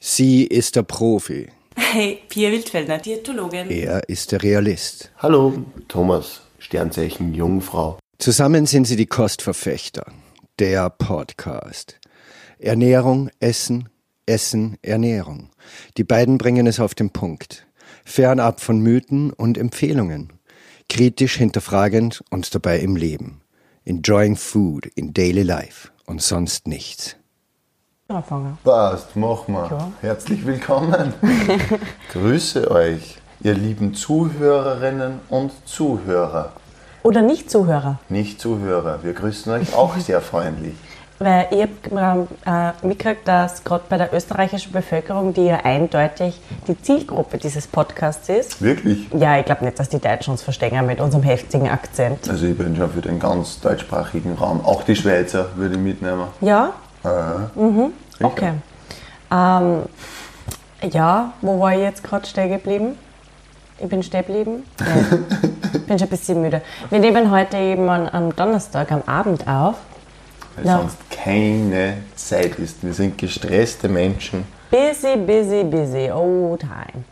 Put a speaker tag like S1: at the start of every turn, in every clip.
S1: Sie ist der Profi.
S2: Hey, Pia Wildfellner, die Ethologin.
S1: Er ist der Realist.
S3: Hallo, Thomas, Sternzeichen Jungfrau.
S1: Zusammen sind sie die Kostverfechter. Der Podcast. Ernährung, Essen, Essen, Ernährung. Die beiden bringen es auf den Punkt. Fernab von Mythen und Empfehlungen. Kritisch hinterfragend und dabei im Leben. Enjoying food in daily life und sonst nichts.
S4: anfangen.
S3: Passt, mach mal. Herzlich willkommen. Grüße euch, ihr lieben Zuhörerinnen und Zuhörer.
S4: Oder Nicht-Zuhörer,
S3: Nicht Zuhörer, wir grüßen euch auch sehr freundlich.
S4: weil ich habe äh, mitgekriegt, dass gerade bei der österreichischen Bevölkerung, die ja eindeutig die Zielgruppe dieses Podcasts ist,
S3: Wirklich?
S4: ja, ich glaube nicht, dass die Deutschen uns verstehen mit unserem heftigen Akzent.
S3: Also ich bin schon für den ganz deutschsprachigen Raum. Auch die Schweizer würde ich mitnehmen.
S4: Ja,
S3: Äh,
S4: okay. Ähm, ja, wo war ich jetzt gerade stehen geblieben? Ich bin stehen geblieben. Nein. Ich bin schon ein bisschen müde. Wir nehmen heute eben an, am Donnerstag am Abend auf.
S3: Weil
S4: Ja.
S3: sonst keine Zeit ist. Wir sind gestresste Menschen.
S4: Busy, busy, busy, oh time.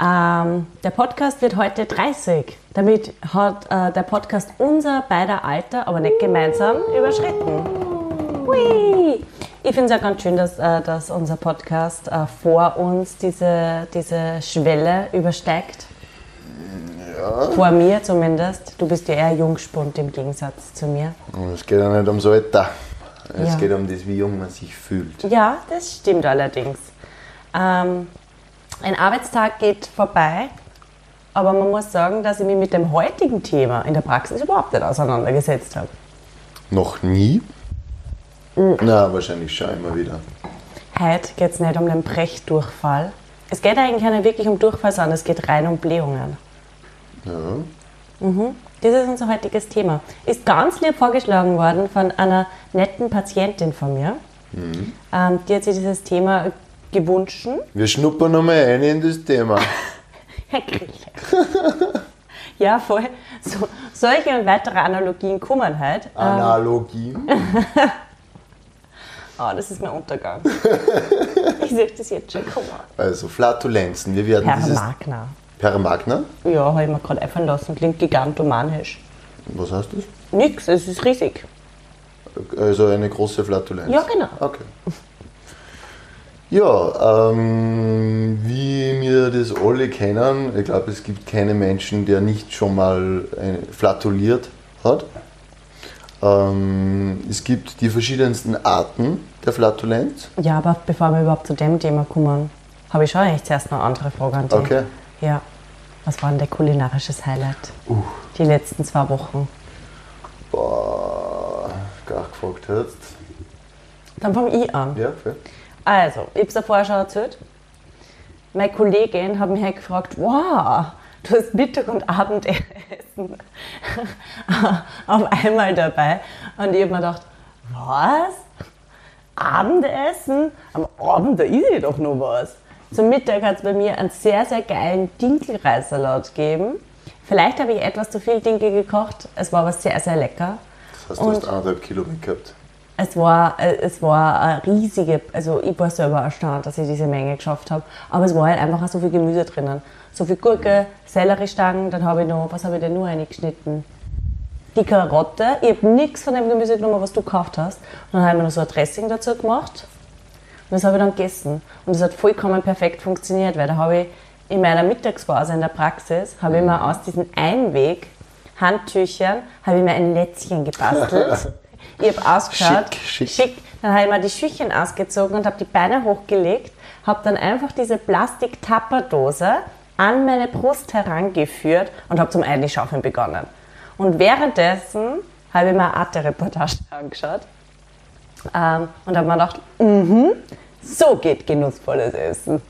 S4: Ähm, der Podcast wird heute 30. Damit hat äh, der Podcast unser beider Alter, aber nicht gemeinsam, überschritten. Hui. Ich finde es ja ganz schön, dass, äh, dass unser Podcast äh, vor uns diese, diese Schwelle übersteigt. Vor mir zumindest. Du bist ja eher jungspund im Gegensatz zu mir.
S3: Und es geht ja nicht ums Alter. Es
S4: Ja.
S3: geht um das, wie jung man sich fühlt.
S4: Ja, das stimmt allerdings. Ähm, ein Arbeitstag geht vorbei, aber man muss sagen, dass ich mich mit dem heutigen Thema in der Praxis überhaupt nicht auseinandergesetzt habe.
S3: Noch nie? Na, wahrscheinlich schon immer wieder.
S4: Heute geht es nicht um den Brechdurchfall. Es geht eigentlich nicht wirklich um Durchfall, sondern es geht rein um Blähungen.
S3: Ja.
S4: Das ist unser heutiges Thema. Ist ganz lieb vorgeschlagen worden von einer netten Patientin von mir. Ähm, die hat sich dieses Thema gewünscht.
S3: Wir schnuppern nochmal ein in das Thema.
S4: Herr Grille. ja, voll. So, solche und weitere Analogien kommen halt.
S3: Ah.
S4: Ähm,
S3: Analogien.
S4: ah, das ist mein Untergang. ich sehe das jetzt schon kommen.
S3: Also Flatulenzen. Wir werden
S4: Herr
S3: dieses
S4: Magner.
S3: Per Magna.
S4: Ja, habe ich mir gerade einfallen lassen. Klingt gigantomanisch.
S3: Was heißt das?
S4: Nix, es ist riesig.
S3: Also eine große Flatulenz.
S4: Ja, genau.
S3: Okay. Ja, ähm, wie wir das alle kennen, ich glaube, es gibt keinen Menschen, der nicht schon mal eine- flatuliert hat. Ähm, es gibt die verschiedensten Arten der Flatulenz.
S4: Ja, aber bevor wir überhaupt zu dem Thema kommen, habe ich schon eigentlich zuerst noch eine andere Frage an dich.
S3: Okay.
S4: Ja. Was war denn dein kulinarisches Highlight? Die letzten zwei Wochen.
S3: Boah, gar gefragt hast.
S4: Dann fange ich an.
S3: Ja, okay.
S4: Also, ich habe es ja vorher schon erzählt. Meine Kollegin hat mich halt gefragt, wow, du hast Mittag- und Abendessen auf einmal dabei. Und ich habe mir gedacht, was? Abendessen? Am Abend, da ist ja doch noch was. Zum Mittag hat es bei mir einen sehr, sehr geilen Dinkelreissalat gegeben. Vielleicht habe ich etwas zu viel Dinkel gekocht, es war aber sehr, sehr lecker.
S3: Das heißt, du hast anderthalb Kilo mitgehabt.
S4: Es war, äh, es war eine riesige, also ich war selber erstaunt, dass ich diese Menge geschafft habe. Aber es war halt einfach auch so viel Gemüse drinnen. So viel Gurke, Selleriestangen, dann habe ich noch, was habe ich denn nur eingeschnitten? Die Karotte. Ich habe nichts von dem Gemüse genommen, was du gekauft hast. Und dann habe ich mir noch so ein Dressing dazu gemacht. Und das habe ich dann gegessen. Und das hat vollkommen perfekt funktioniert, weil da habe ich in meiner Mittagspause in der Praxis, habe ich
S3: Mhm.
S4: mir aus diesen Einweg Handtüchern, habe ich mir ein Lätzchen gebastelt. ich habe ausgeschaut,
S3: Schick, schick.
S4: Dann habe ich mir die Schüchchen ausgezogen und habe die Beine hochgelegt, habe dann einfach diese Plastik-Tapperdose an meine Brust herangeführt und habe zum Einschaufeln begonnen. Und währenddessen habe ich mir eine Arte-Reportage angeschaut ähm, und habe mir gedacht, mhm, so geht genussvolles Essen.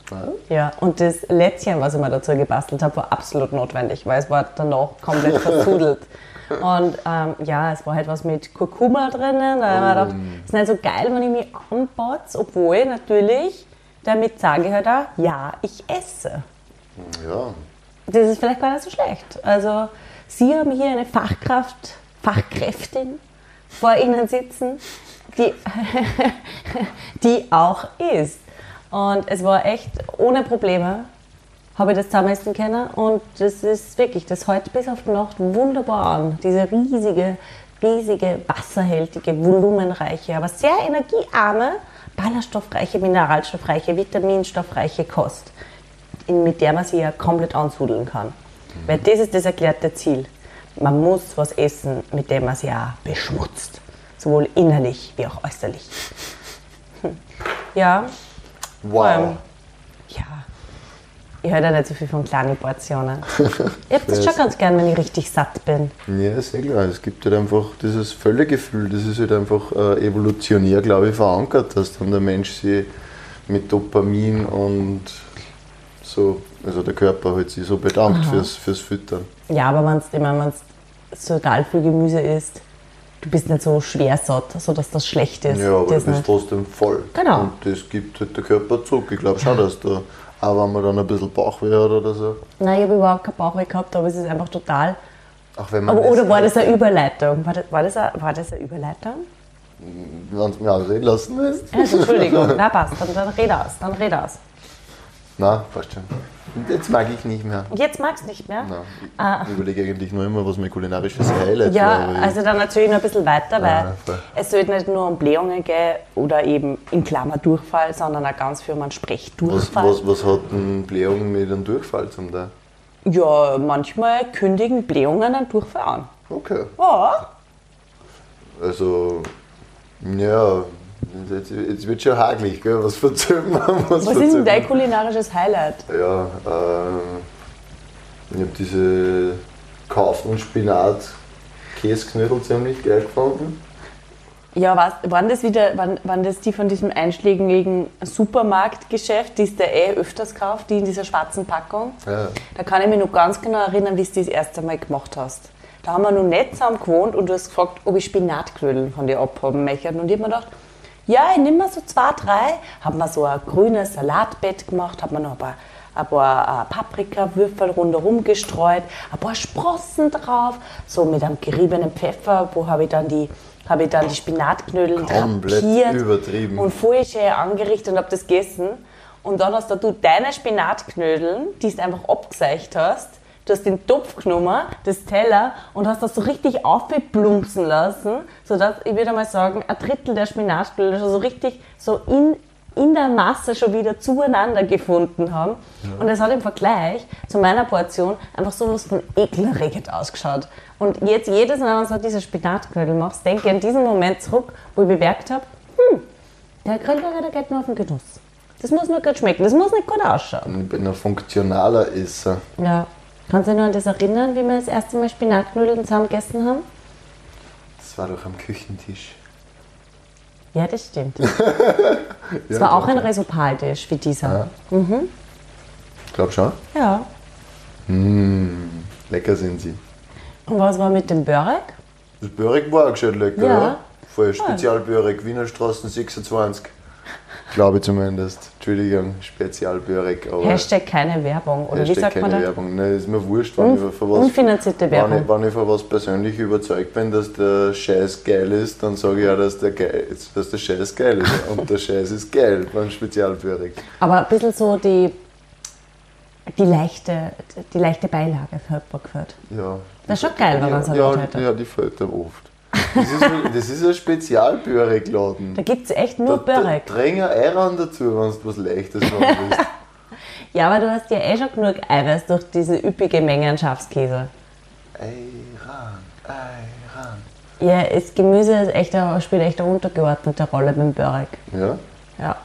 S4: Ja, und das Lätzchen, was ich mir dazu gebastelt habe, war absolut notwendig, weil es war danach komplett versudelt. Und ähm, ja, es war halt was mit Kurkuma drinnen. Da habe ich mir gedacht, ist nicht so geil, wenn ich mich anbotze, obwohl natürlich, damit sage ich halt auch, ja, ich esse.
S3: Ja,
S4: Das ist vielleicht gar nicht so schlecht. Also, Sie haben hier eine Fachkraft, Fachkräftin vor Ihnen sitzen, die, die auch isst. Und es war echt ohne Probleme, habe ich das zusammenmessen können. Und das ist wirklich, das hält bis auf die Nacht wunderbar an. Diese riesige, riesige, wasserhältige, volumenreiche, aber sehr energiearme, ballaststoffreiche, mineralstoffreiche, vitaminstoffreiche Kost, in- mit der man sich ja komplett ansudeln kann.
S3: Mhm.
S4: Weil das ist das erklärte Ziel. Man muss was essen, mit dem man sich auch beschmutzt. Sowohl innerlich wie auch äußerlich. Hm. Ja,
S3: Wow.
S4: ja. Ich höre da nicht so viel von kleinen Portionen. Ich hab das schon ganz gern, wenn ich richtig satt bin.
S3: Ja, sehr klar. Es gibt halt einfach dieses Völlegefühl, das ist halt einfach äh, evolutionär, glaube ich, verankert, dass dann der Mensch sich mit Dopamin und so, also der Körper halt sich so bedankt fürs, fürs Füttern.
S4: Ja, aber wenn's, ich mein, wenn's so egal viel Gemüse isst, du bist nicht so schwer satt, sodass das schlecht ist.
S3: Ja, aber
S4: das
S3: du bist
S4: nicht.
S3: trotzdem voll.
S4: Genau.
S3: Und das gibt halt der Körper zurück. Ich glaube schon, dass da, auch wenn man dann ein bisschen Bauchweh hat oder so.
S4: Nein, ich habe überhaupt keinen Bauchweh gehabt, aber es ist einfach total.
S3: Auch wenn man halt
S4: Aber, oder war das eine
S3: Übung?
S4: Überleitung? War das, war das, eine, war das eine Überleitung?
S3: Wenn es mir ausreden lassen willst.
S4: Also, Entschuldigung, na passt, dann, dann red aus, dann red aus.
S3: Nein, passt schon. Jetzt mag ich nicht mehr.
S4: Und jetzt magst du nicht mehr?
S3: Nein, ich überlege eigentlich nur immer, was mein kulinarisches Highlight war.
S4: Ah. Ja,
S3: aber ich-
S4: also dann natürlich noch ein bisschen weiter, weil
S3: Ja, voll.
S4: es sollte nicht nur um Blähungen gehen oder eben in Klammer Durchfall, sondern auch ganz viel um einen
S3: Was,
S4: Sprechdurchfall.
S3: was, was hat denn Blähung mit einem Durchfall zum Teil?
S4: Ja, manchmal kündigen Blähungen einen Durchfall an. Oh,
S3: Okay.
S4: Ja,
S3: Also, ja, jetzt, jetzt wird schon hagelig, gell? Was verzögern wir?
S4: was ist denn
S3: verzögern
S4: dein
S3: wir?
S4: kulinarisches Highlight?
S3: Ja, ähm, ich habe diese kauften Spinat Käseknödel ziemlich geil gefunden.
S4: Ja, was, waren, das wieder, waren, waren das die von diesem einschlägigen Supermarktgeschäft, die es der eh öfters kauft, die in dieser schwarzen Packung?
S3: Ja.
S4: Da kann ich mich noch ganz genau erinnern, wie du das erste Mal gemacht hast. Da haben wir noch nicht zusammen gewohnt und du hast gefragt, ob ich Spinatknödeln von dir abhaben möchte. Und ich habe mir gedacht, ja, ich nehme mir so zwei, drei. Haben wir so ein grünes Salatbett gemacht, haben wir noch ein paar, ein paar äh, Paprikawürfel rundherum gestreut, ein paar Sprossen drauf, so mit einem geriebenen Pfeffer, wo habe ich dann die habe ich dann die Spinatknödel
S3: Komplett
S4: drapiert
S3: übertrieben.
S4: und voll schön angerichtet und habe das gegessen. Und dann hast da du deine Spinatknödeln, die du einfach abgeseicht hast, du hast den Topf genommen, das Teller und hast das so richtig aufbeplumpsen lassen, sodass, ich würde mal sagen, ein Drittel der Spinatknödel schon so richtig so in, in der Masse schon wieder zueinander gefunden haben. Und das hat im Vergleich zu meiner Portion einfach sowas von ekelerregend ausgeschaut. Und jetzt jedes Mal, wenn du so diese Spinatknödel machst, denke ich an diesen Moment zurück, wo ich bemerkt hm, habe, der Grillburger, der geht nur auf den Genuss. Das muss nur gut schmecken, das muss nicht gut ausschauen.
S3: Ich bin ein funktionaler Esser.
S4: Ja. Kannst du dich nur an das erinnern, wie wir das erste Mal Spinatknödeln zusammen gegessen haben?
S3: Das war doch am Küchentisch.
S4: Ja, das stimmt. Das war auch ein Resopaltisch wie dieser.
S3: Ich glaube schon.
S4: Ja.
S3: Lecker sind sie.
S4: Und was war mit dem Börek?
S3: Das Börek war auch schön lecker,
S4: Ja.
S3: oder? Voll Spezialbörek, Wiener Straßen 26. Glaube ich zumindest. Entschuldigung, Spezialbörek. Aber
S4: Hashtag keine Werbung. Oder
S3: Hashtag
S4: wie sagt man
S3: keine
S4: da?
S3: Werbung. Nein, ist mir wurscht, wenn ich für was.
S4: unfinanzierte Werbung.
S3: Wenn ich, wenn ich für was persönlich überzeugt bin, dass der Scheiß geil ist, dann sage ich auch, dass der, geil, dass der Scheiß geil ist. Und der Scheiß ist geil beim Spezialbörek.
S4: Aber ein bisschen so die, die, leichte, die leichte Beilage für geführt.
S3: Ja.
S4: Das ist schon geil, wenn man so
S3: ja,
S4: laut hört.
S3: ja, ja, die fällt einem oft. Das ist, das ist ein Spezialbörekladen.
S4: Da gibt es echt nur Börek.
S3: Dränger Eiran eh dazu, wenn du was Leichtes machen willst.
S4: Ja, aber du hast ja eh schon genug Eiweiß durch diese üppige Menge an Schafskäse.
S3: Eiran, Eiran.
S4: Ja, das Gemüse ist echt eine, spielt echt eine untergeordnete Rolle beim Börek.
S3: Ja,
S4: Ja.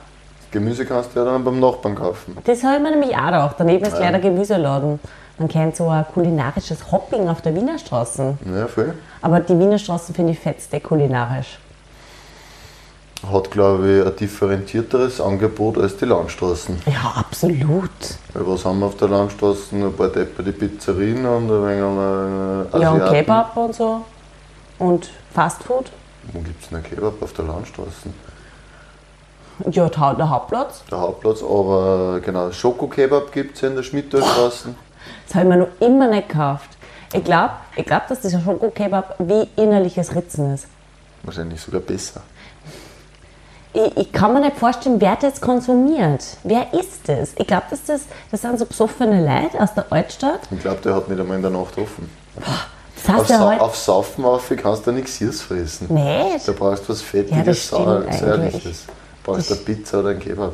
S3: Gemüse kannst du ja dann beim Nachbarn kaufen.
S4: Das habe ich mir nämlich auch gedacht. Daneben ist gleich der Gemüseladen. Man kennt so ein kulinarisches Hopping auf der Wiener Straße.
S3: Ja, voll.
S4: Aber die Wiener Straße finde ich fetzte kulinarisch.
S3: Hat, glaube ich, ein differenzierteres Angebot als die Landstraßen.
S4: Ja, absolut.
S3: Weil was haben wir auf der Landstraße? Ein paar Deppe, die Pizzerien und ein wenig an äh,
S4: Ja, und
S3: Asiaten.
S4: Kebab und so. Und Fastfood.
S3: Wo gibt es denn einen Kebab auf der Landstraße?
S4: Ja, da- der Hauptplatz.
S3: Der Hauptplatz, aber genau, Schokokebab gibt es in der Schmidtstraße.
S4: Das habe ich mir noch immer nicht gekauft. Ich glaube, ich glaub, dass dieser Schokokebab wie innerliches Ritzen ist.
S3: Wahrscheinlich sogar besser.
S4: ich, ich kann mir nicht vorstellen, wer das konsumiert. Wer ist das? Ich glaube, das, das, das sind so besoffene Leute aus der Altstadt.
S3: Ich glaube, der hat nicht einmal in der Nacht offen.
S4: Das heißt
S3: Auf,
S4: ja
S3: Sa
S4: heute...
S3: auf Saufen auf kannst du nichts Hirs fressen.
S4: Nicht?
S3: Da brauchst du was
S4: Ja, das
S3: Fettiges,
S4: stimmt
S3: Sau-
S4: eigentlich.
S3: Säuerliches. Brauchst eine Pizza oder einen Kebab.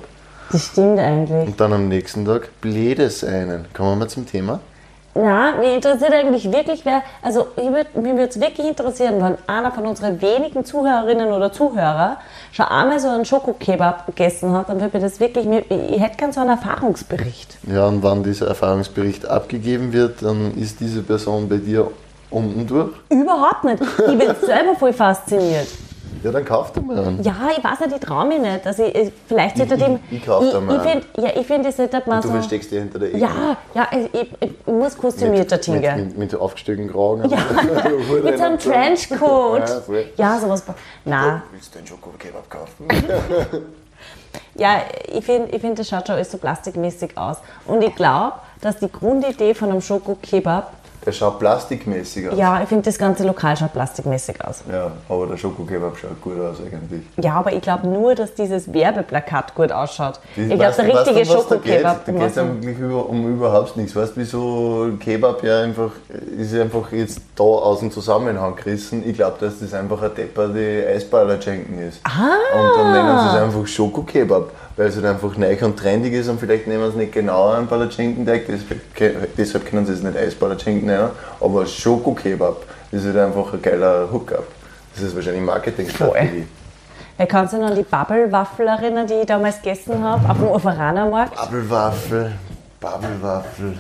S4: Das stimmt eigentlich.
S3: Und dann am nächsten Tag blädes einen. Kommen wir mal zum Thema.
S4: Na, mich interessiert eigentlich wirklich, wer, also ich würd, mich würde es wirklich interessieren, wenn einer von unseren wenigen Zuhörerinnen oder Zuhörer schon einmal so einen Schokokebab gegessen hat, dann würde mir das wirklich, mir- ich, ich hätte gern so einen Erfahrungsbericht.
S3: Ja, und wann dieser Erfahrungsbericht abgegeben wird, dann ist diese Person bei dir unten durch.
S4: Überhaupt nicht. Ich bin selber voll fasziniert.
S3: Ja, dann kauf dir mal einen.
S4: Ja, ich weiß nicht, ich traue mich nicht. Also ich, ich- vielleicht sollte
S3: Ich-
S4: dem.
S3: ich- ich kauf da mal
S4: ich
S3: einen.
S4: find, Ja, ich finde, das sollte man
S3: Du
S4: so.
S3: versteckst dich hinter der Ecke.
S4: Ja, ja, ich, ich, ich muss kostümierter
S3: mit, mit,
S4: hingehen.
S3: mit, mit aufgestülpten Kragen.
S4: Ja, mit so einem Trenchcoat.
S3: Ja, voll.
S4: Ja, sowas. bra- Na,
S3: Willst du einen Schokokebab kaufen?
S4: ja, ich finde, ich find, das schaut schon alles so plastikmäßig aus. Und ich glaube, dass die Grundidee von einem Schokokebab,
S3: Der schaut plastikmäßig aus.
S4: ja, ich finde, das ganze Lokal schaut plastikmäßig aus.
S3: Ja, aber der Schokokebab schaut gut aus eigentlich.
S4: Ja, aber ich glaube nur, dass dieses Werbeplakat gut ausschaut.
S3: Die-
S4: ich glaube,
S3: weißt-
S4: der
S3: weißt du,
S4: richtige
S3: was da geht?
S4: Schokokebab.
S3: Da geht es eigentlich über, um überhaupt nichts. Weißt du, wieso Kebab ja einfach, ist ja einfach jetzt da aus dem Zusammenhang gerissen? Ich glaube, dass das einfach ein Depper die Eisballer schenken ist.
S4: Ah.
S3: Und dann nennen sie es einfach Schokokebab, weil es halt einfach neu und trendig ist und vielleicht nehmen sie es nicht genauer einen Palatschinkenteig, deshalb, ke- deshalb können sie es nicht Eispalatschinken nennen, aber Schokokebab ist halt einfach ein geiler Hookup. Das ist wahrscheinlich Marketingstrategie.
S4: Da kannst du noch an die Bubble-Waffel erinnern, die ich damals gegessen habe, auf dem Urferanermarkt.
S3: Bubblewafel, Bubblewafel.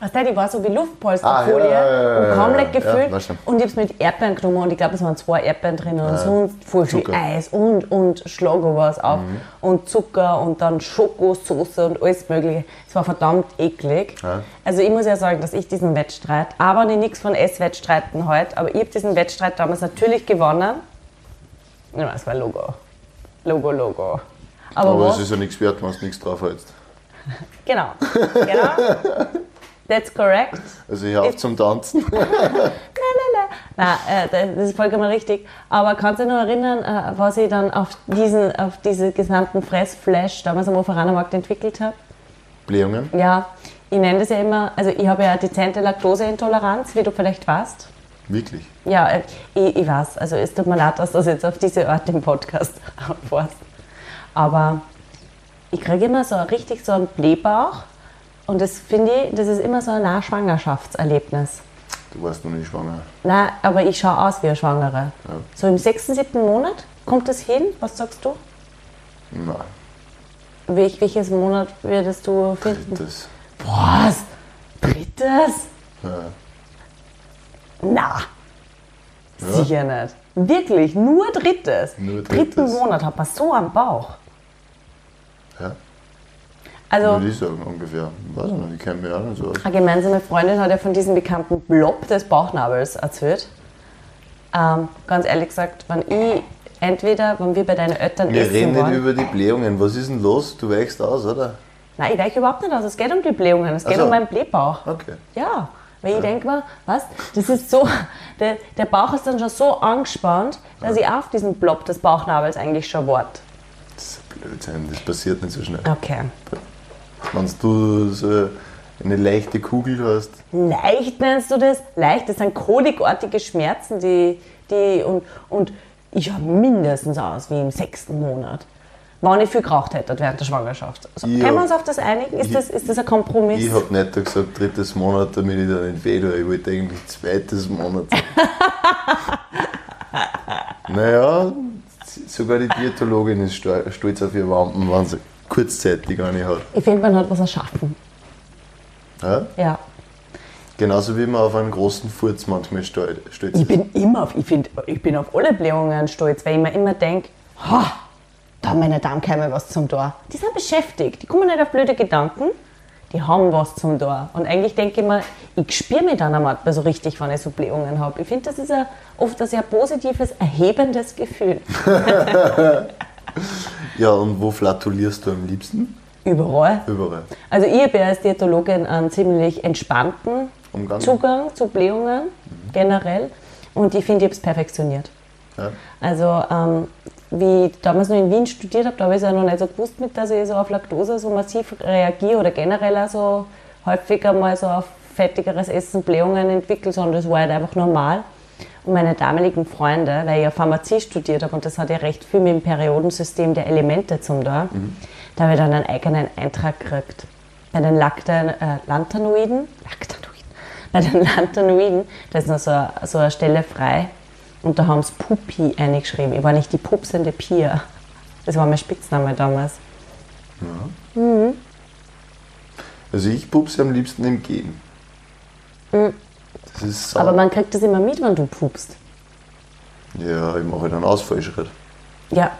S4: Weißt du, die war so wie
S3: Ah,
S4: Luftpolsterfolie
S3: ja, ja, ja,
S4: und kaum
S3: ja,
S4: leck
S3: ja,
S4: gefüllt.
S3: weiß schon.
S4: und ich hab's mit Erdbeeren genommen und ich glaube, es waren zwei Erdbeeren drin und sonst voll viel
S3: Zucker. Mhm.
S4: Eis und, und Schlager war es auch. Und Zucker und dann Schokosauce und alles mögliche. Es war verdammt eklig. Also ich muss ja sagen, dass ich diesen Wettstreit, aber nicht nichts von Esswettstreiten heute, aber ich habe diesen Wettstreit damals natürlich gewonnen. Ja, es war Logo. Logo, Logo. Aber,
S3: Aber
S4: was?
S3: es ist ja nichts wert, wenn du nichts drauf hältst.
S4: Genau. genau. That's correct.
S3: Also ich hör
S4: Äh.
S3: auf zum Tanzen.
S4: Na, äh, das das ist vollkommen richtig. Aber kannst du dich noch erinnern, äh, was ich dann auf diesen, auf diese gesamten Fressflash damals am Oferanermarkt entwickelt habe?
S3: Blähungen?
S4: Ja, ich nenne das ja immer, also ich habe ja eine dezente Laktoseintoleranz, wie du vielleicht weißt.
S3: Wirklich.
S4: Ja, äh, ich, ich weiß, also es tut mir leid, dass das jetzt auf diese Art im Podcast anfasst. Aber ich kriege immer so richtig so einen Blähbauch und das finde ich, das ist immer so ein Nahschwangerschaftserlebnis.
S3: Du warst noch nicht schwanger.
S4: Nein, aber ich schaue aus wie eine Schwangere.
S3: Ja.
S4: So im sechsten, siebten Monat kommt das hin? Was sagst du?
S3: Nein,
S4: Welch, welches Monat würdest du finden?
S3: das.
S4: Was? Drittes?
S3: Ja.
S4: Na, sicher nicht. Wirklich, nur drittes.
S3: Nur
S4: Dritten
S3: drittes.
S4: Monat hat man so am Bauch.
S3: ja.
S4: Also
S3: Würde ich sagen, ungefähr. Weiß ich nicht, ich kenne mich auch nicht so aus.
S4: eine gemeinsame Freundin hat ja von diesem bekannten Blob des Bauchnabels erzählt. Ähm, ganz ehrlich gesagt, wenn ich entweder, wenn wir bei deinen Eltern
S3: Wir
S4: essen
S3: reden nicht
S4: waren,
S3: über die Blähungen. Was ist denn los? Du weichst aus, oder?
S4: Nein, ich weiche überhaupt nicht aus. Es geht um die Blähungen, es geht
S3: so.
S4: um meinen Blähbauch.
S3: Also, Okay.
S4: Ja, weil ich denke mir, was, das ist so, der, der Bauch ist dann schon so angespannt, dass ich auf diesen Blob des Bauchnabels eigentlich schon wart.
S3: Das ist ein Blödsinn, das passiert nicht so schnell.
S4: Okay.
S3: Wenn du so eine leichte Kugel hast,
S4: Leicht nennst du das? Leicht, das sind kolikartige Schmerzen, die, die und, und ich habe mindestens aus wie im sechsten Monat. Wenn ich viel geraucht hätte während der Schwangerschaft. Also,
S3: Ich
S4: Können wir
S3: hab-
S4: uns auf das einigen? Ist,
S3: ich-
S4: das, ist das ein Kompromiss?
S3: ich habe nicht gesagt drittes Monat, damit ich da nicht weh tue. Ich wollte eigentlich zweites Monat sagen. naja, sogar die Diätologin ist stol- stolz auf ihr Wampen, wenn sie kurzzeitig eine hat.
S4: ich finde, man hat was erschaffen.
S3: Ja?
S4: Ja.
S3: Genauso wie man auf einen großen Furz manchmal stol- stolz
S4: Ich
S3: ist.
S4: bin immer auf, ich find, ich bin auf alle Blähungen stolz, weil ich mir immer denke, ha, da haben meine Darmkeime was zum Tor. Die sind beschäftigt, die kommen nicht auf blöde Gedanken, die haben was zum Tor. Und eigentlich denke ich mir, ich spüre mich dann einmal so richtig, wenn ich so Blähungen habe. Ich finde, das ist ein, oft ein sehr positives, erhebendes Gefühl.
S3: Ja, und wo flatulierst du am liebsten?
S4: Überall.
S3: Überall.
S4: Also ich habe ja als Diätologin einen ziemlich entspannten
S3: Umgang.
S4: Zugang zu Blähungen generell und ich finde, ich habe es perfektioniert.
S3: Ja.
S4: Also ähm, wie ich damals noch in Wien studiert habe, da habe ich es ja noch nicht so gewusst mit, dass ich so auf Laktose so massiv reagiere oder generell auch so häufiger mal so auf fettigeres Essen Blähungen entwickle, sondern das war halt einfach normal. Und meine damaligen Freunde, weil ich ja Pharmazie studiert habe und das hat ja recht viel mit dem Periodensystem der Elemente zum da, da habe ich dann einen eigenen Eintrag gekriegt. Bei den Lactan, äh, Lantanoiden, Lactanoiden, bei den Lantanoiden, da ist noch so, eine- so eine Stelle frei und da haben sie Pupi eingeschrieben. Ich war nicht die pupsende Pia. Das war mein Spitzname damals.
S3: Also ich pupse am liebsten im Gehen. Das ist sau.
S4: Hm. Aber man kriegt das immer mit, wenn du pupst.
S3: ja, ich mache halt einen Ausfallschritt.
S4: Ja.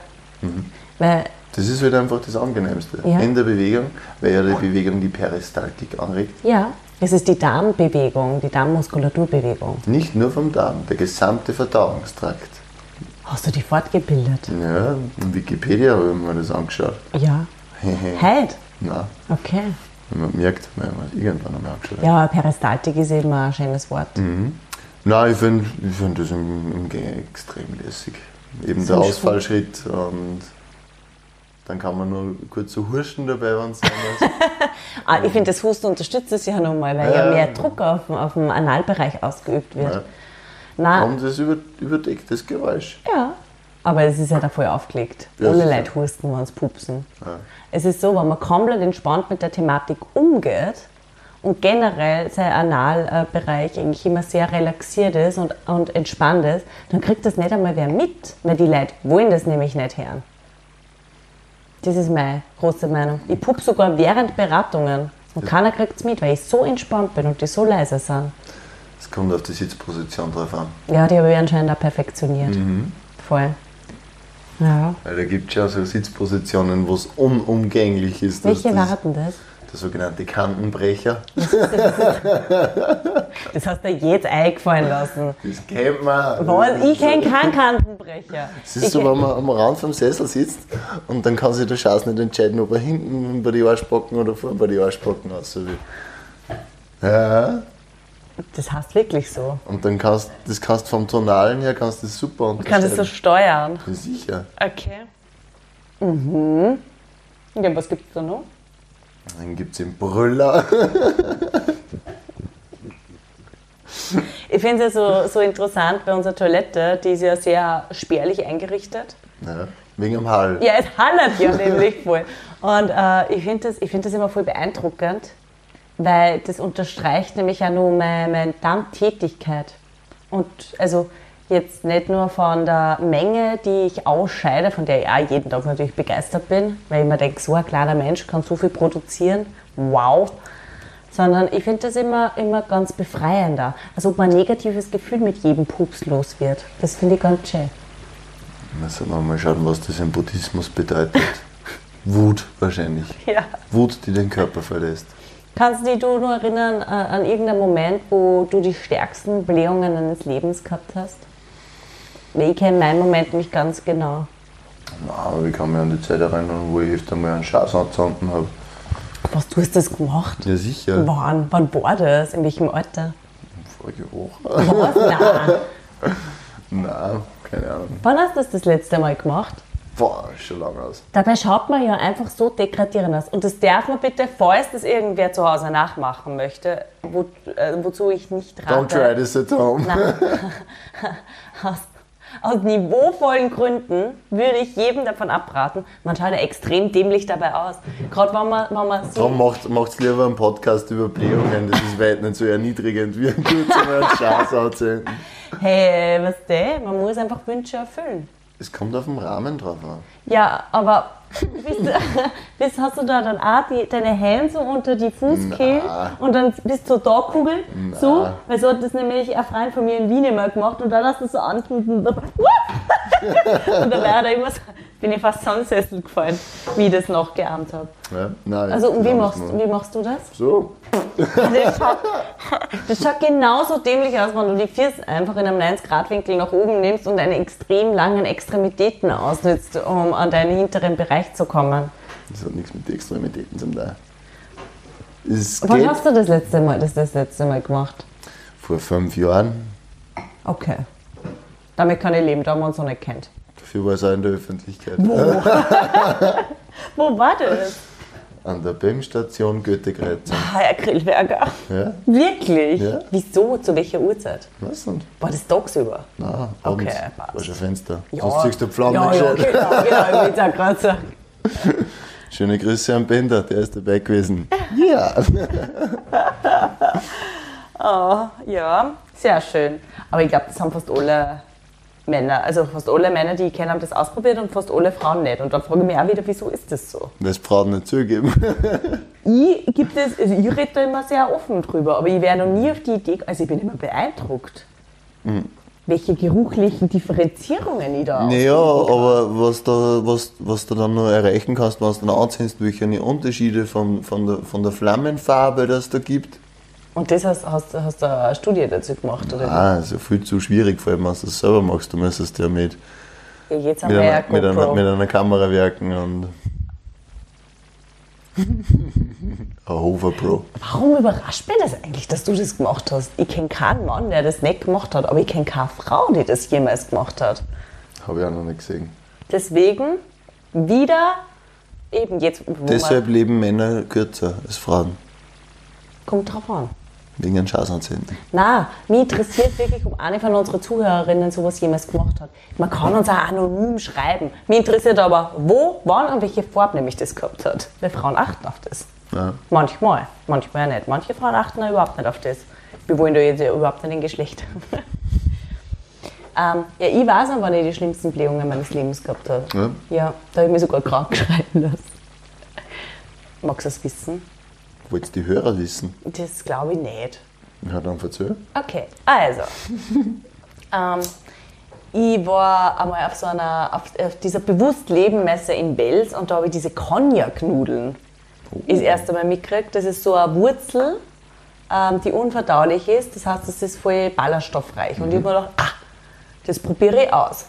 S4: Mhm. Weil
S3: Das ist halt einfach das Angenehmste.
S4: Ja.
S3: In der Bewegung, weil ja die Bewegung die Peristaltik anregt.
S4: Ja, es ist die Darmbewegung, die Darmmuskulaturbewegung.
S3: Nicht nur vom Darm, der gesamte Verdauungstrakt.
S4: Hast du die fortgebildet?
S3: Ja, in Wikipedia habe ich mir das angeschaut.
S4: Ja. Halt.
S3: Na,
S4: Okay.
S3: wenn man merkt, wenn man es irgendwann einmal angeschaut hat.
S4: Ja, Peristaltik ist eben ein schönes Wort.
S3: Nein, ich finde ich find das im, im Gehen extrem lässig. Eben der
S4: ein
S3: Ausfallschritt und dann kann man nur kurz so huschen dabei, wenn es anders
S4: Ah, ich finde, das Husten unterstützt es ja nochmal, weil ja
S3: Ja.
S4: mehr Druck auf, dem- auf dem Analbereich ausgeübt wird.
S3: Ja.
S4: Na,
S3: Und das über, überdeckt das Geräusch.
S4: ja. Aber es ist ja da voll aufgelegt.
S3: Ja,
S4: Ohne
S3: sicher.
S4: Leute husten, wenn sie pupsen. Es ist so, wenn man komplett entspannt mit der Thematik umgeht und generell sein Analbereich eigentlich immer sehr relaxiert ist und, und entspannt ist, dann kriegt das nicht einmal wer mit, weil die Leute wollen das nämlich nicht hören. Das ist meine große Meinung. Ich pup sogar während Beratungen und keiner kriegt es mit, weil ich so entspannt bin und die so leise sind.
S3: Es kommt auf die Sitzposition drauf an.
S4: Ja, die habe ich anscheinend auch perfektioniert.
S3: Mhm.
S4: Voll. Ja.
S3: Weil da gibt es ja so Sitzpositionen, wo es unumgänglich ist. dass
S4: Welche
S3: das,
S4: waren das?
S3: Der sogenannte Kantenbrecher.
S4: Das hast du dir jetzt eingefallen lassen.
S3: Das kennt man.
S4: Voll, ich kenne keinen Kantenbrecher.
S3: Äh, Es ist so, wenn man am Rand vom Sessel sitzt und dann kann sich der Schatz nicht entscheiden, ob er hinten bei die Arschbacken oder vorne bei die Arschbacken raus will. Ja,
S4: das heißt wirklich so.
S3: und dann kannst das kannst vom Tonalen her kannst das super
S4: Du kannst es so steuern.
S3: Ja, Sicher.
S4: Okay. Mhm. Ja, was gibt's da noch?
S3: Dann gibt es den Brüller.
S4: Ich finde es ja so, so interessant bei unserer Toilette, die ist ja sehr spärlich eingerichtet.
S3: Ja, wegen dem Hall.
S4: Ja, es hallert ja nämlich voll. Und äh, ich finde das, ich find das immer voll beeindruckend, weil das unterstreicht nämlich ja nur meine, meine Darmtätigkeit. Und also jetzt nicht nur von der Menge, die ich ausscheide, von der ich auch jeden Tag natürlich begeistert bin, weil ich mir denke, so ein kleiner Mensch kann so viel produzieren, wow. Sondern ich finde das immer, immer ganz befreiender. Als ob man ein negatives Gefühl mit jedem Pups los wird. Das finde ich ganz schön.
S3: Müssen Also wir mal schauen, was das im Buddhismus bedeutet. Wut wahrscheinlich.
S4: Ja.
S3: Wut, die den Körper verlässt.
S4: Kannst du dich du nur erinnern äh, an irgendeinen Moment, wo du die stärksten Blähungen deines Lebens gehabt hast? Weil Ich kenne meinen Moment nämlich ganz genau.
S3: Na, aber ich kann mich an die Zeit erinnern, wo ich öfter mal einen Schatz anzünden habe.
S4: Was, du hast das gemacht?
S3: Ja, sicher.
S4: Wann? Wann war das? In welchem Alter?
S3: Folge hoch.
S4: Was? Nein.
S3: Nein, keine Ahnung.
S4: Wann hast du das das letzte Mal gemacht?
S3: Boah, ist schon lange aus.
S4: Dabei schaut man ja einfach so degradierend aus. Und das darf man bitte, falls das irgendwer zu Hause nachmachen möchte, wo, äh, wozu ich nicht rate.
S3: Don't try this at home.
S4: aus, aus niveauvollen Gründen würde ich jedem davon abraten. Man schaut ja extrem dämlich dabei aus. Gerade wenn man, wenn man
S3: Darum
S4: sieht,
S3: macht macht's lieber einen Podcast über Blähungen. Das ist weit nicht so erniedrigend wie ein kurzer Mal einen Schatz anzünden.
S4: hey, was der? Man muss einfach Wünsche erfüllen.
S3: Es kommt auf den Rahmen drauf an.
S4: Ja, aber bist, du- bist, hast du da dann auch die, deine Hände so unter die Fußkehlen und dann bist du da kugel so? Weil so hat das nämlich ein Freund von mir in Wien immer gemacht und dann hast du so angeschnitten. Und dabei hat er immer so, bin ich fast am Sessel gefallen, wie ich das noch geahmt habe.
S3: Ja? Nein,
S4: Also und wie
S3: genau
S4: machst,
S3: das
S4: wie machst du das?
S3: So,
S4: Das schaut, das schaut genauso dämlich aus, wenn du die Füße einfach in einem 90-Grad-Winkel nach oben nimmst und deine extrem langen Extremitäten ausnützt, um an deinen hinteren Bereich zu kommen.
S3: das hat nichts mit Extremitäten zum Teil. Es
S4: Wann
S3: geht
S4: hast du das letzte Mal, das, das letzte Mal gemacht?
S3: vor fünf Jahren.
S4: Okay. Damit kann ich leben, da haben wir uns noch nicht kennt.
S3: Dafür war es auch in der Öffentlichkeit.
S4: Wo war das?
S3: An der BEM-Station Goethe-Kreuz.
S4: Ah, Herr Grillberger.
S3: Ja?
S4: Wirklich?
S3: Ja.
S4: Wieso? Zu welcher Uhrzeit?
S3: Was denn?
S4: War das tagsüber?
S3: Nein, abends.
S4: Okay, passt.
S3: War schon Fenster. Sonst ziehst du Pflaumen
S4: ja, ja,
S3: gescheit.
S4: genau, genau, ich will's auch gerade sagen.
S3: Schöne Grüße an Bender, der ist dabei gewesen. Ja.
S4: Ja, sehr schön. Aber ich glaube, das haben fast alle Männer, also fast alle Männer, die ich kenne, haben das ausprobiert und fast alle Frauen nicht. Und dann frage ich mich auch wieder, wieso ist das so?
S3: Das braucht nicht zugeben.
S4: Ich, gibt es, also ich rede da immer sehr offen drüber, aber ich wäre noch nie auf die Idee, also ich bin immer beeindruckt,
S3: Hm.
S4: welche geruchlichen Differenzierungen ich da
S3: Naja, aber was, da, was, was du dann noch erreichen kannst, wenn du dann anziehst, welche Unterschiede von, von, der, von der Flammenfarbe das da gibt.
S4: Und das hast, hast, hast du eine Studie dazu gemacht, oder? wie?
S3: Ah, ist ja viel zu schwierig, vor allem, wenn du es selber machst. Du müsstest ja mit,
S4: Ja, jetzt haben
S3: mit,
S4: wir ja
S3: einer, mit, einer,
S4: GoPro.
S3: mit einer Kamera werken und. Ein Hover Pro.
S4: Warum überrascht mich das eigentlich, dass du das gemacht hast? Ich kenne keinen Mann, der das nicht gemacht hat, aber ich kenne keine Frau, die das jemals gemacht hat.
S3: Habe ich auch noch nicht gesehen.
S4: Deswegen wieder eben jetzt, wo
S3: Deshalb
S4: man,
S3: leben Männer kürzer als Frauen.
S4: kommt drauf an.
S3: Wegen einem Schaß anziehen.
S4: Na, mich interessiert wirklich, ob eine von unseren Zuhörerinnen sowas jemals gemacht hat. Man kann uns auch anonym schreiben. Mich interessiert aber, wo, wann und welche Farbe nämlich das gehabt hat. Weil Frauen achten auf das.
S3: Ja.
S4: Manchmal, manchmal nicht. Manche Frauen achten da überhaupt nicht auf das. Wir wollen da jetzt ja überhaupt nicht in Geschlecht. ähm, ja, ich weiß noch, wann ich die schlimmsten Blähungen meines Lebens gehabt habe.
S3: Ja?
S4: ja da habe ich mich sogar krank geschrieben lassen. Magst du es wissen?
S3: Wolltest die Hörer wissen?
S4: Das glaube ich nicht.
S3: Ja, dann verzögert.
S4: Okay, also. ähm, ich war einmal auf so einer, auf, auf dieser Bewusst-Leben-Messe in Wels und da habe ich diese Cognac-Nudeln
S3: Oh.
S4: das erste Mal mitgekriegt. Das ist so eine Wurzel, ähm, die unverdaulich ist. Das heißt, das ist voll ballaststoffreich. Und ich
S3: Mhm.
S4: habe mir gedacht, ah, das probiere ich aus.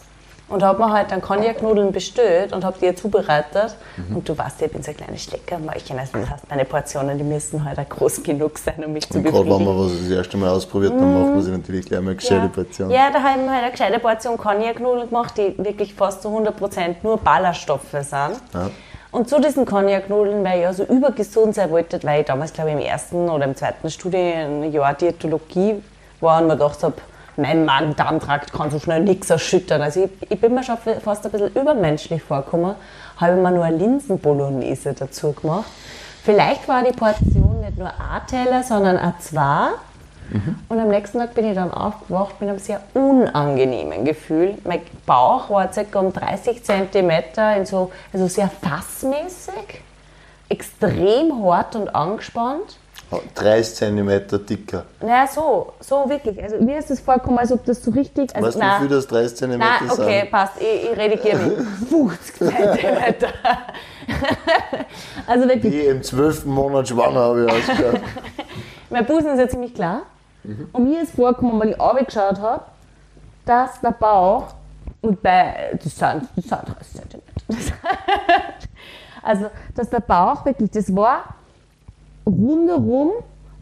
S4: Und habe mir halt dann Cognac-Nudeln bestellt und habe die ja zubereitet.
S3: Mhm.
S4: Und du weißt, ja, ich bin so ein kleines Schleckermäulchen. Also das heißt, meine Portionen, die müssen halt auch groß genug sein, um mich zu
S3: Und gerade wenn
S4: befriedigen.
S3: man was das erste Mal ausprobiert, dann macht man sich natürlich gleich mal eine gescheite Portion.
S4: Ja, da haben wir halt eine gescheite Portion Cognac-Nudeln gemacht, die wirklich fast zu 100% nur Ballaststoffe sind.
S3: Ja.
S4: Und zu diesen Cognac-Nudeln, weil ich ja so übergesund sein wollte, weil ich damals, glaube ich, im ersten oder im zweiten Studienjahr Diätologie war und mir gedacht habe, mein Magen-Darm-Trakt kann so schnell nichts erschüttern. Also ich, ich bin mir schon fast ein bisschen übermenschlich vorgekommen, habe mir nur eine Linsen-Bolognese dazu gemacht. Vielleicht war die Portion nicht nur ein Teller, sondern auch zwei. Und am nächsten Tag bin ich dann aufgewacht mit einem sehr unangenehmen Gefühl. Mein Bauch war ca. um 30 cm, so, also sehr fassmäßig, extrem hart und angespannt.
S3: 30 cm dicker.
S4: Naja, so, so wirklich. Also mir ist es vorgekommen, als ob das so richtig. Also,
S3: weißt du, wie
S4: nein.
S3: viel das 30 cm
S4: Nein,
S3: sind?
S4: okay, passt. Ich, ich redigiere mich. 50 cm. also wirklich.
S3: Ich im 12. Monat schwanger habe ich ausgeschaut.
S4: Mein Busen ist ja ziemlich klar. Und mir ist vorgekommen, weil ich runtergeschaut habe, dass der Bauch und bei, das sind, das sind 30 cm. also, dass der Bauch wirklich, das war rundherum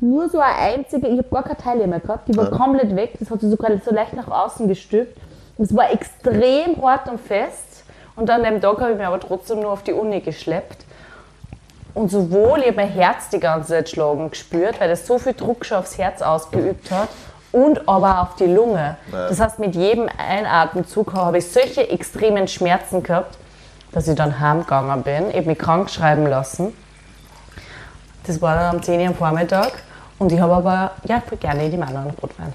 S4: nur so ein einziger, ich habe gar keine Teile mehr gehabt, die war komplett weg, das hat sich sogar so leicht nach außen gestülpt. Und es war extrem hart und fest. Und an dem Tag habe ich mich aber trotzdem nur auf die Uni geschleppt. Und sowohl ich hab mein Herz die ganze Zeit schlagen gespürt, weil das so viel Druck schon aufs Herz ausgeübt hat, und aber auf die Lunge. Das heißt, mit jedem Einatemzug habe ich solche extremen Schmerzen gehabt, dass ich dann heimgegangen bin, ich hab mich krank schreiben lassen. Das war dann um 10 Uhr am Vormittag. Und ich habe aber, ja, ich gerne die Mandeln und Rotwein.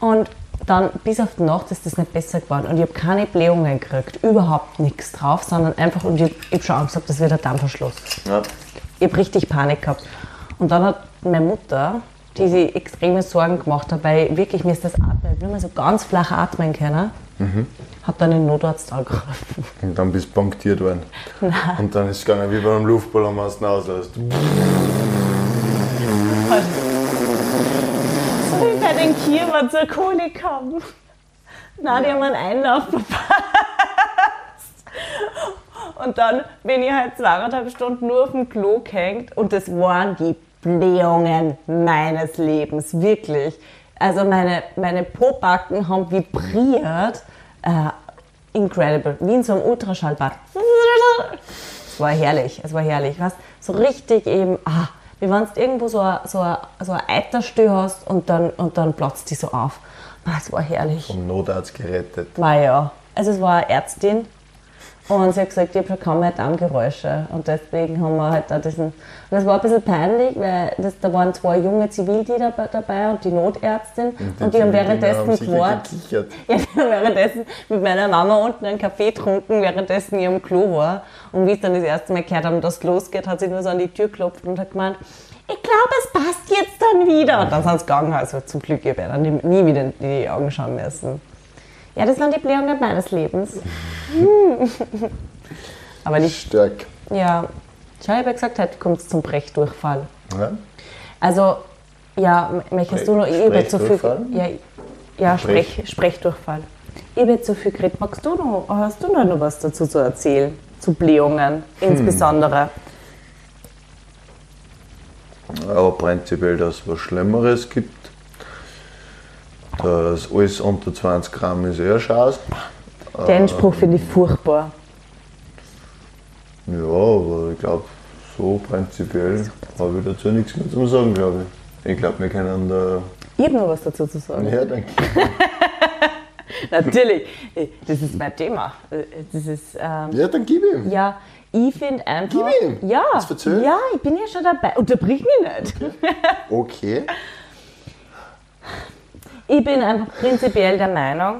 S4: Und dann bis auf die Nacht ist das nicht besser geworden. Und ich habe keine Blähungen gekriegt, überhaupt nichts drauf, sondern einfach, und ich, ich habe schon Angst gehabt, das wird ein Dampferschluss.
S3: Ja.
S4: Ich habe richtig Panik gehabt. Und dann hat meine Mutter, die sich extreme Sorgen gemacht hat, weil wirklich mir ist das Atmen, ich hab nur mehr so ganz flach atmen können, hat dann den Notarzt angerufen.
S3: Und dann bist du punktiert worden. Und dann ist es gegangen wie bei einem Luftballon, wenn du ihn auslässt.
S4: So wie bei den Kiewern zur Kolik haben. Nein, die haben einen Einlauf verpasst. Und dann bin ich halt zweieinhalb Stunden nur auf dem Klo gehängt und das waren die Blähungen meines Lebens, wirklich. Also meine, meine Pobacken haben vibriert, Äh, incredible. Wie in so einem Ultraschallbad. Es war herrlich, es war herrlich. Weißt, so richtig eben, ah, wie wenn du irgendwo so ein, so ein, so ein Eiterstö hast und dann, und dann platzt die so auf. Ah, es war herrlich.
S3: Vom Notarzt gerettet.
S4: War ja. Also es war eine Ärztin und sie hat gesagt, ich bekomme halt Darmgeräusche. Und deswegen haben wir halt da diesen. Und das war ein bisschen peinlich, weil das, da waren zwei junge Zivildiener bei- dabei und die Notärztin. Und die, haben währenddessen gewartet.
S3: gewartet.
S4: Ja, die haben währenddessen mit meiner Mama unten einen Kaffee getrunken, währenddessen ihr im Klo war. Und wie es dann das erste Mal gehört haben, dass es losgeht, hat sie nur so an die Tür geklopft und hat gemeint, ich glaube, es passt jetzt dann wieder. Und dann sind sie gegangen. Also zum Glück, ich werde nie nie wieder in die Augen schauen müssen. Ja, das waren die Blähungen meines Lebens. Hm. Aber nicht,
S3: Stark.
S4: ja. Schau, ich habe ja gesagt, heute kommt es zum Brechdurchfall.
S3: Ja?
S4: Also, ja, m- möchtest du noch ich habe jetzt so viel.
S3: Sprechdurchfall?
S4: Ja, ja
S3: Sprech-
S4: Sprech, Sprechdurchfall. Ich habe jetzt so viel geredet. Magst du noch, hast du noch noch was dazu zu erzählen? Zu Blähungen
S3: Hm.
S4: insbesondere.
S3: Aber prinzipiell, dass es was Schlimmeres gibt. Dass alles unter 20 Gramm ist eher Scheiß. Ah.
S4: Den Spruch finde ich furchtbar.
S3: Ja, aber ich glaube, so prinzipiell habe ich dazu nichts mehr zu sagen, glaube ich. Ich glaube, wir können da.
S4: Ich habe noch was dazu zu sagen.
S3: Ja, danke.
S4: Natürlich, Äh, das ist mein Thema. Äh, Das ist, ähm,
S3: Ja, dann gib ihm.
S4: Ja, ich finde einfach.
S3: Gib ihm!
S4: Ja,
S3: Jetzt erzähl!
S4: ja, ich bin ja schon dabei. Unterbrich mich nicht.
S3: Okay.
S4: Ich bin einfach prinzipiell der Meinung,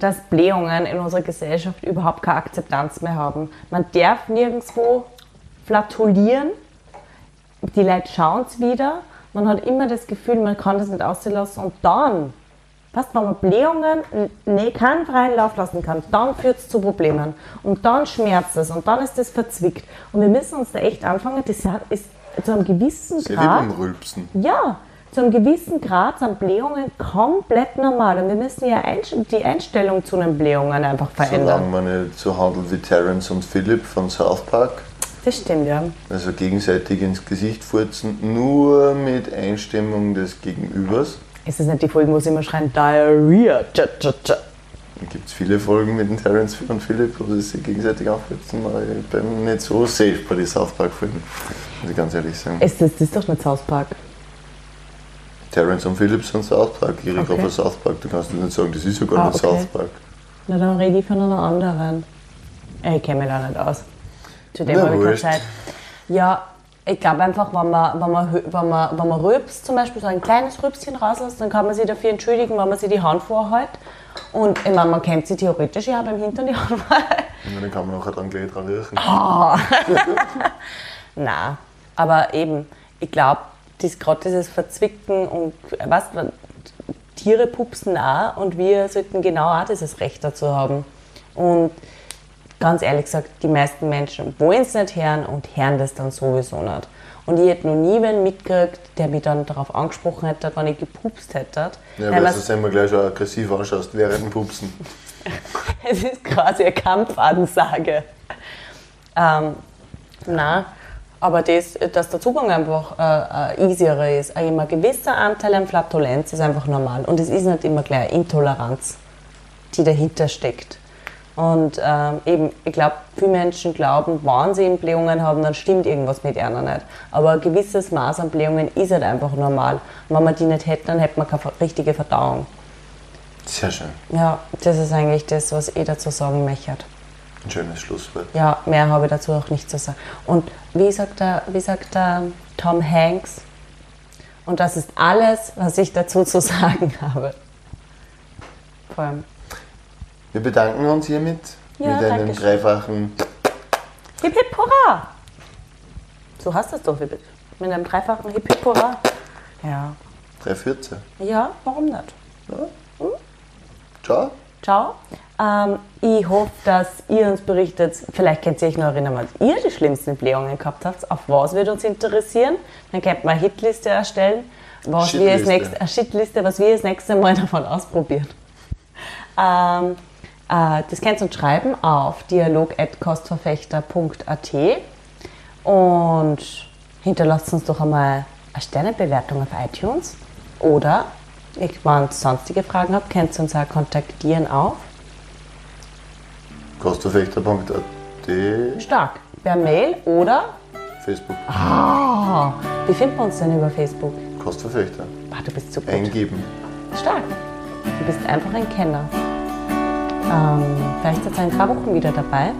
S4: dass Blähungen in unserer Gesellschaft überhaupt keine Akzeptanz mehr haben. Man darf nirgendwo flatulieren. Die Leute schauen es wieder. Man hat immer das Gefühl, man kann das nicht aussehen lassen. Und dann, was, wenn man Blähungen n- nee, keinen freien Lauf lassen kann, dann führt es zu Problemen. Und dann schmerzt es. Und dann ist es verzwickt. Und wir müssen uns da echt anfangen, das ist zu einem gewissen
S3: Geht ah.
S4: Grad.
S3: beim Rülpsen.
S4: Ja, zu einem gewissen Grad sind Blähungen komplett normal. Und wir müssen ja einst- die Einstellung zu den Blähungen einfach
S3: Solange
S4: verändern.
S3: man nicht so handelt wie Terence und Philip von South Park.
S4: Das stimmt, ja.
S3: Also gegenseitig ins Gesicht furzen, nur mit Einstimmung des Gegenübers.
S4: Ist das nicht die Folge, wo sie immer schreien, Diarrhea? Tja, tja, tja.
S3: Da gibt es viele Folgen mit dem Terence und Philip, wo sie sich gegenseitig aufhüpfen, aber ich bin nicht so safe bei den South Park-Filmen. Muss ich ganz ehrlich sagen.
S4: Ist das, das ist doch nicht South Park.
S3: Terence und Philip sind South Park, ich rede
S4: Okay.
S3: okay. South Park. Du kannst nicht sagen, das ist ja gar
S4: Ah,
S3: nicht
S4: okay.
S3: South Park.
S4: Na, dann rede ich von einer anderen. Ey, Ich kenne mich da nicht aus. Zu dem
S3: Na,
S4: habe ich keine
S3: wurscht.
S4: Zeit. Ja, ich glaube einfach, wenn man, wenn, man, hö- wenn, man, wenn man rülpst, zum Beispiel so ein kleines Rübschen rauslässt, dann kann man sich dafür entschuldigen, wenn man sich die Hand vorhält. Und ich meine, man kennt sie theoretisch, ich habe im Hintern die Hand vorhält.
S3: Und dann kann man nachher dran gleich dran riechen.
S4: Na, aber eben, ich glaube, dies, gerade dieses Verzwicken und äh, was, Tiere pupsen auch und wir sollten genau auch dieses Recht dazu haben. Und ganz ehrlich gesagt, die meisten Menschen wollen es nicht hören und hören das dann sowieso nicht. Und ich hätte noch nie wen mitgekriegt, der mich dann darauf angesprochen hätte, wenn ich gepupst hätte.
S3: Ja,
S4: Weil
S3: weil
S4: man-
S3: du es immer gleich schon aggressiv anschaust, während dem Pupsen.
S4: es ist quasi eine Kampfansage. Ähm, na, aber das, dass der Zugang einfach äh, äh, easierer ist, ein immer gewisser Anteil an Flatulenz ist einfach normal. Und es ist nicht immer gleich Intoleranz, die dahinter steckt. Und ähm, eben, ich glaube, viele Menschen glauben, wenn sie eben Blähungen haben, dann stimmt irgendwas mit ihnen nicht. Aber ein gewisses Maß an Blähungen ist halt einfach normal. Und wenn man die nicht hätte, dann hätte man keine richtige Verdauung.
S3: Sehr schön.
S4: Ja, das ist eigentlich das, was ich dazu sagen möchte.
S3: Ein schönes Schlusswort.
S4: Ja, mehr habe ich dazu auch nicht zu sagen. Und wie sagt der, wie sagt der Tom Hanks? Und das ist alles, was ich dazu zu sagen habe. Vor allem.
S3: Wir bedanken uns hiermit
S4: Ja,
S3: mit einem
S4: danke schön.
S3: dreifachen
S4: Hip hip hurra! So hast du es doch, Hip- mit einem dreifachen Hip hip hurra. Ja.
S3: Dreivierzer.
S4: Ja, warum nicht?
S3: Ciao.
S4: Ciao. Ähm, ich hoffe, dass ihr uns berichtet, vielleicht könnt ihr euch noch erinnern, was ihr die schlimmsten Blähungen gehabt habt. Auf was würde uns interessieren? Dann könnt man eine Hitliste erstellen, was wir als
S3: Shitliste.
S4: nächstes, eine Shitliste, was wir das nächste Mal davon ausprobieren. Ähm, äh, das könnt ihr uns schreiben auf dialog.kostverfechter.at und hinterlasst uns doch einmal eine Sternebewertung auf iTunes oder wenn ihr sonstige Fragen habt, könnt ihr uns auch kontaktieren auf
S3: Kostverfechter.at,
S4: Stark. Per Mail oder?
S3: Facebook,
S4: Ah, wie findet man uns denn über Facebook?
S3: Kostverfechter.
S4: Ah, du bist super.
S3: Eingeben.
S4: Stark. Du bist einfach ein Kenner. Ähm, vielleicht jetzt ein paar Wochen wieder dabei.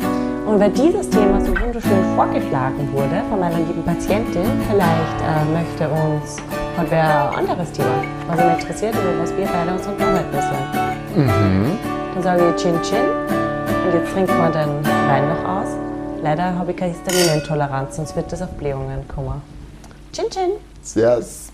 S4: Und weil dieses Thema so wunderschön vorgeschlagen wurde von meiner lieben Patientin, vielleicht äh, möchte uns und wer ein anderes Thema, was ihn interessiert, über was wir beide uns unterhalten sollen. Dann sage ich Chin Chin und jetzt trinkt man den Wein noch aus. Leider habe ich keine Histaminintoleranz, sonst wird das auf Blähungen kommen. Chin Chin!
S3: Yes.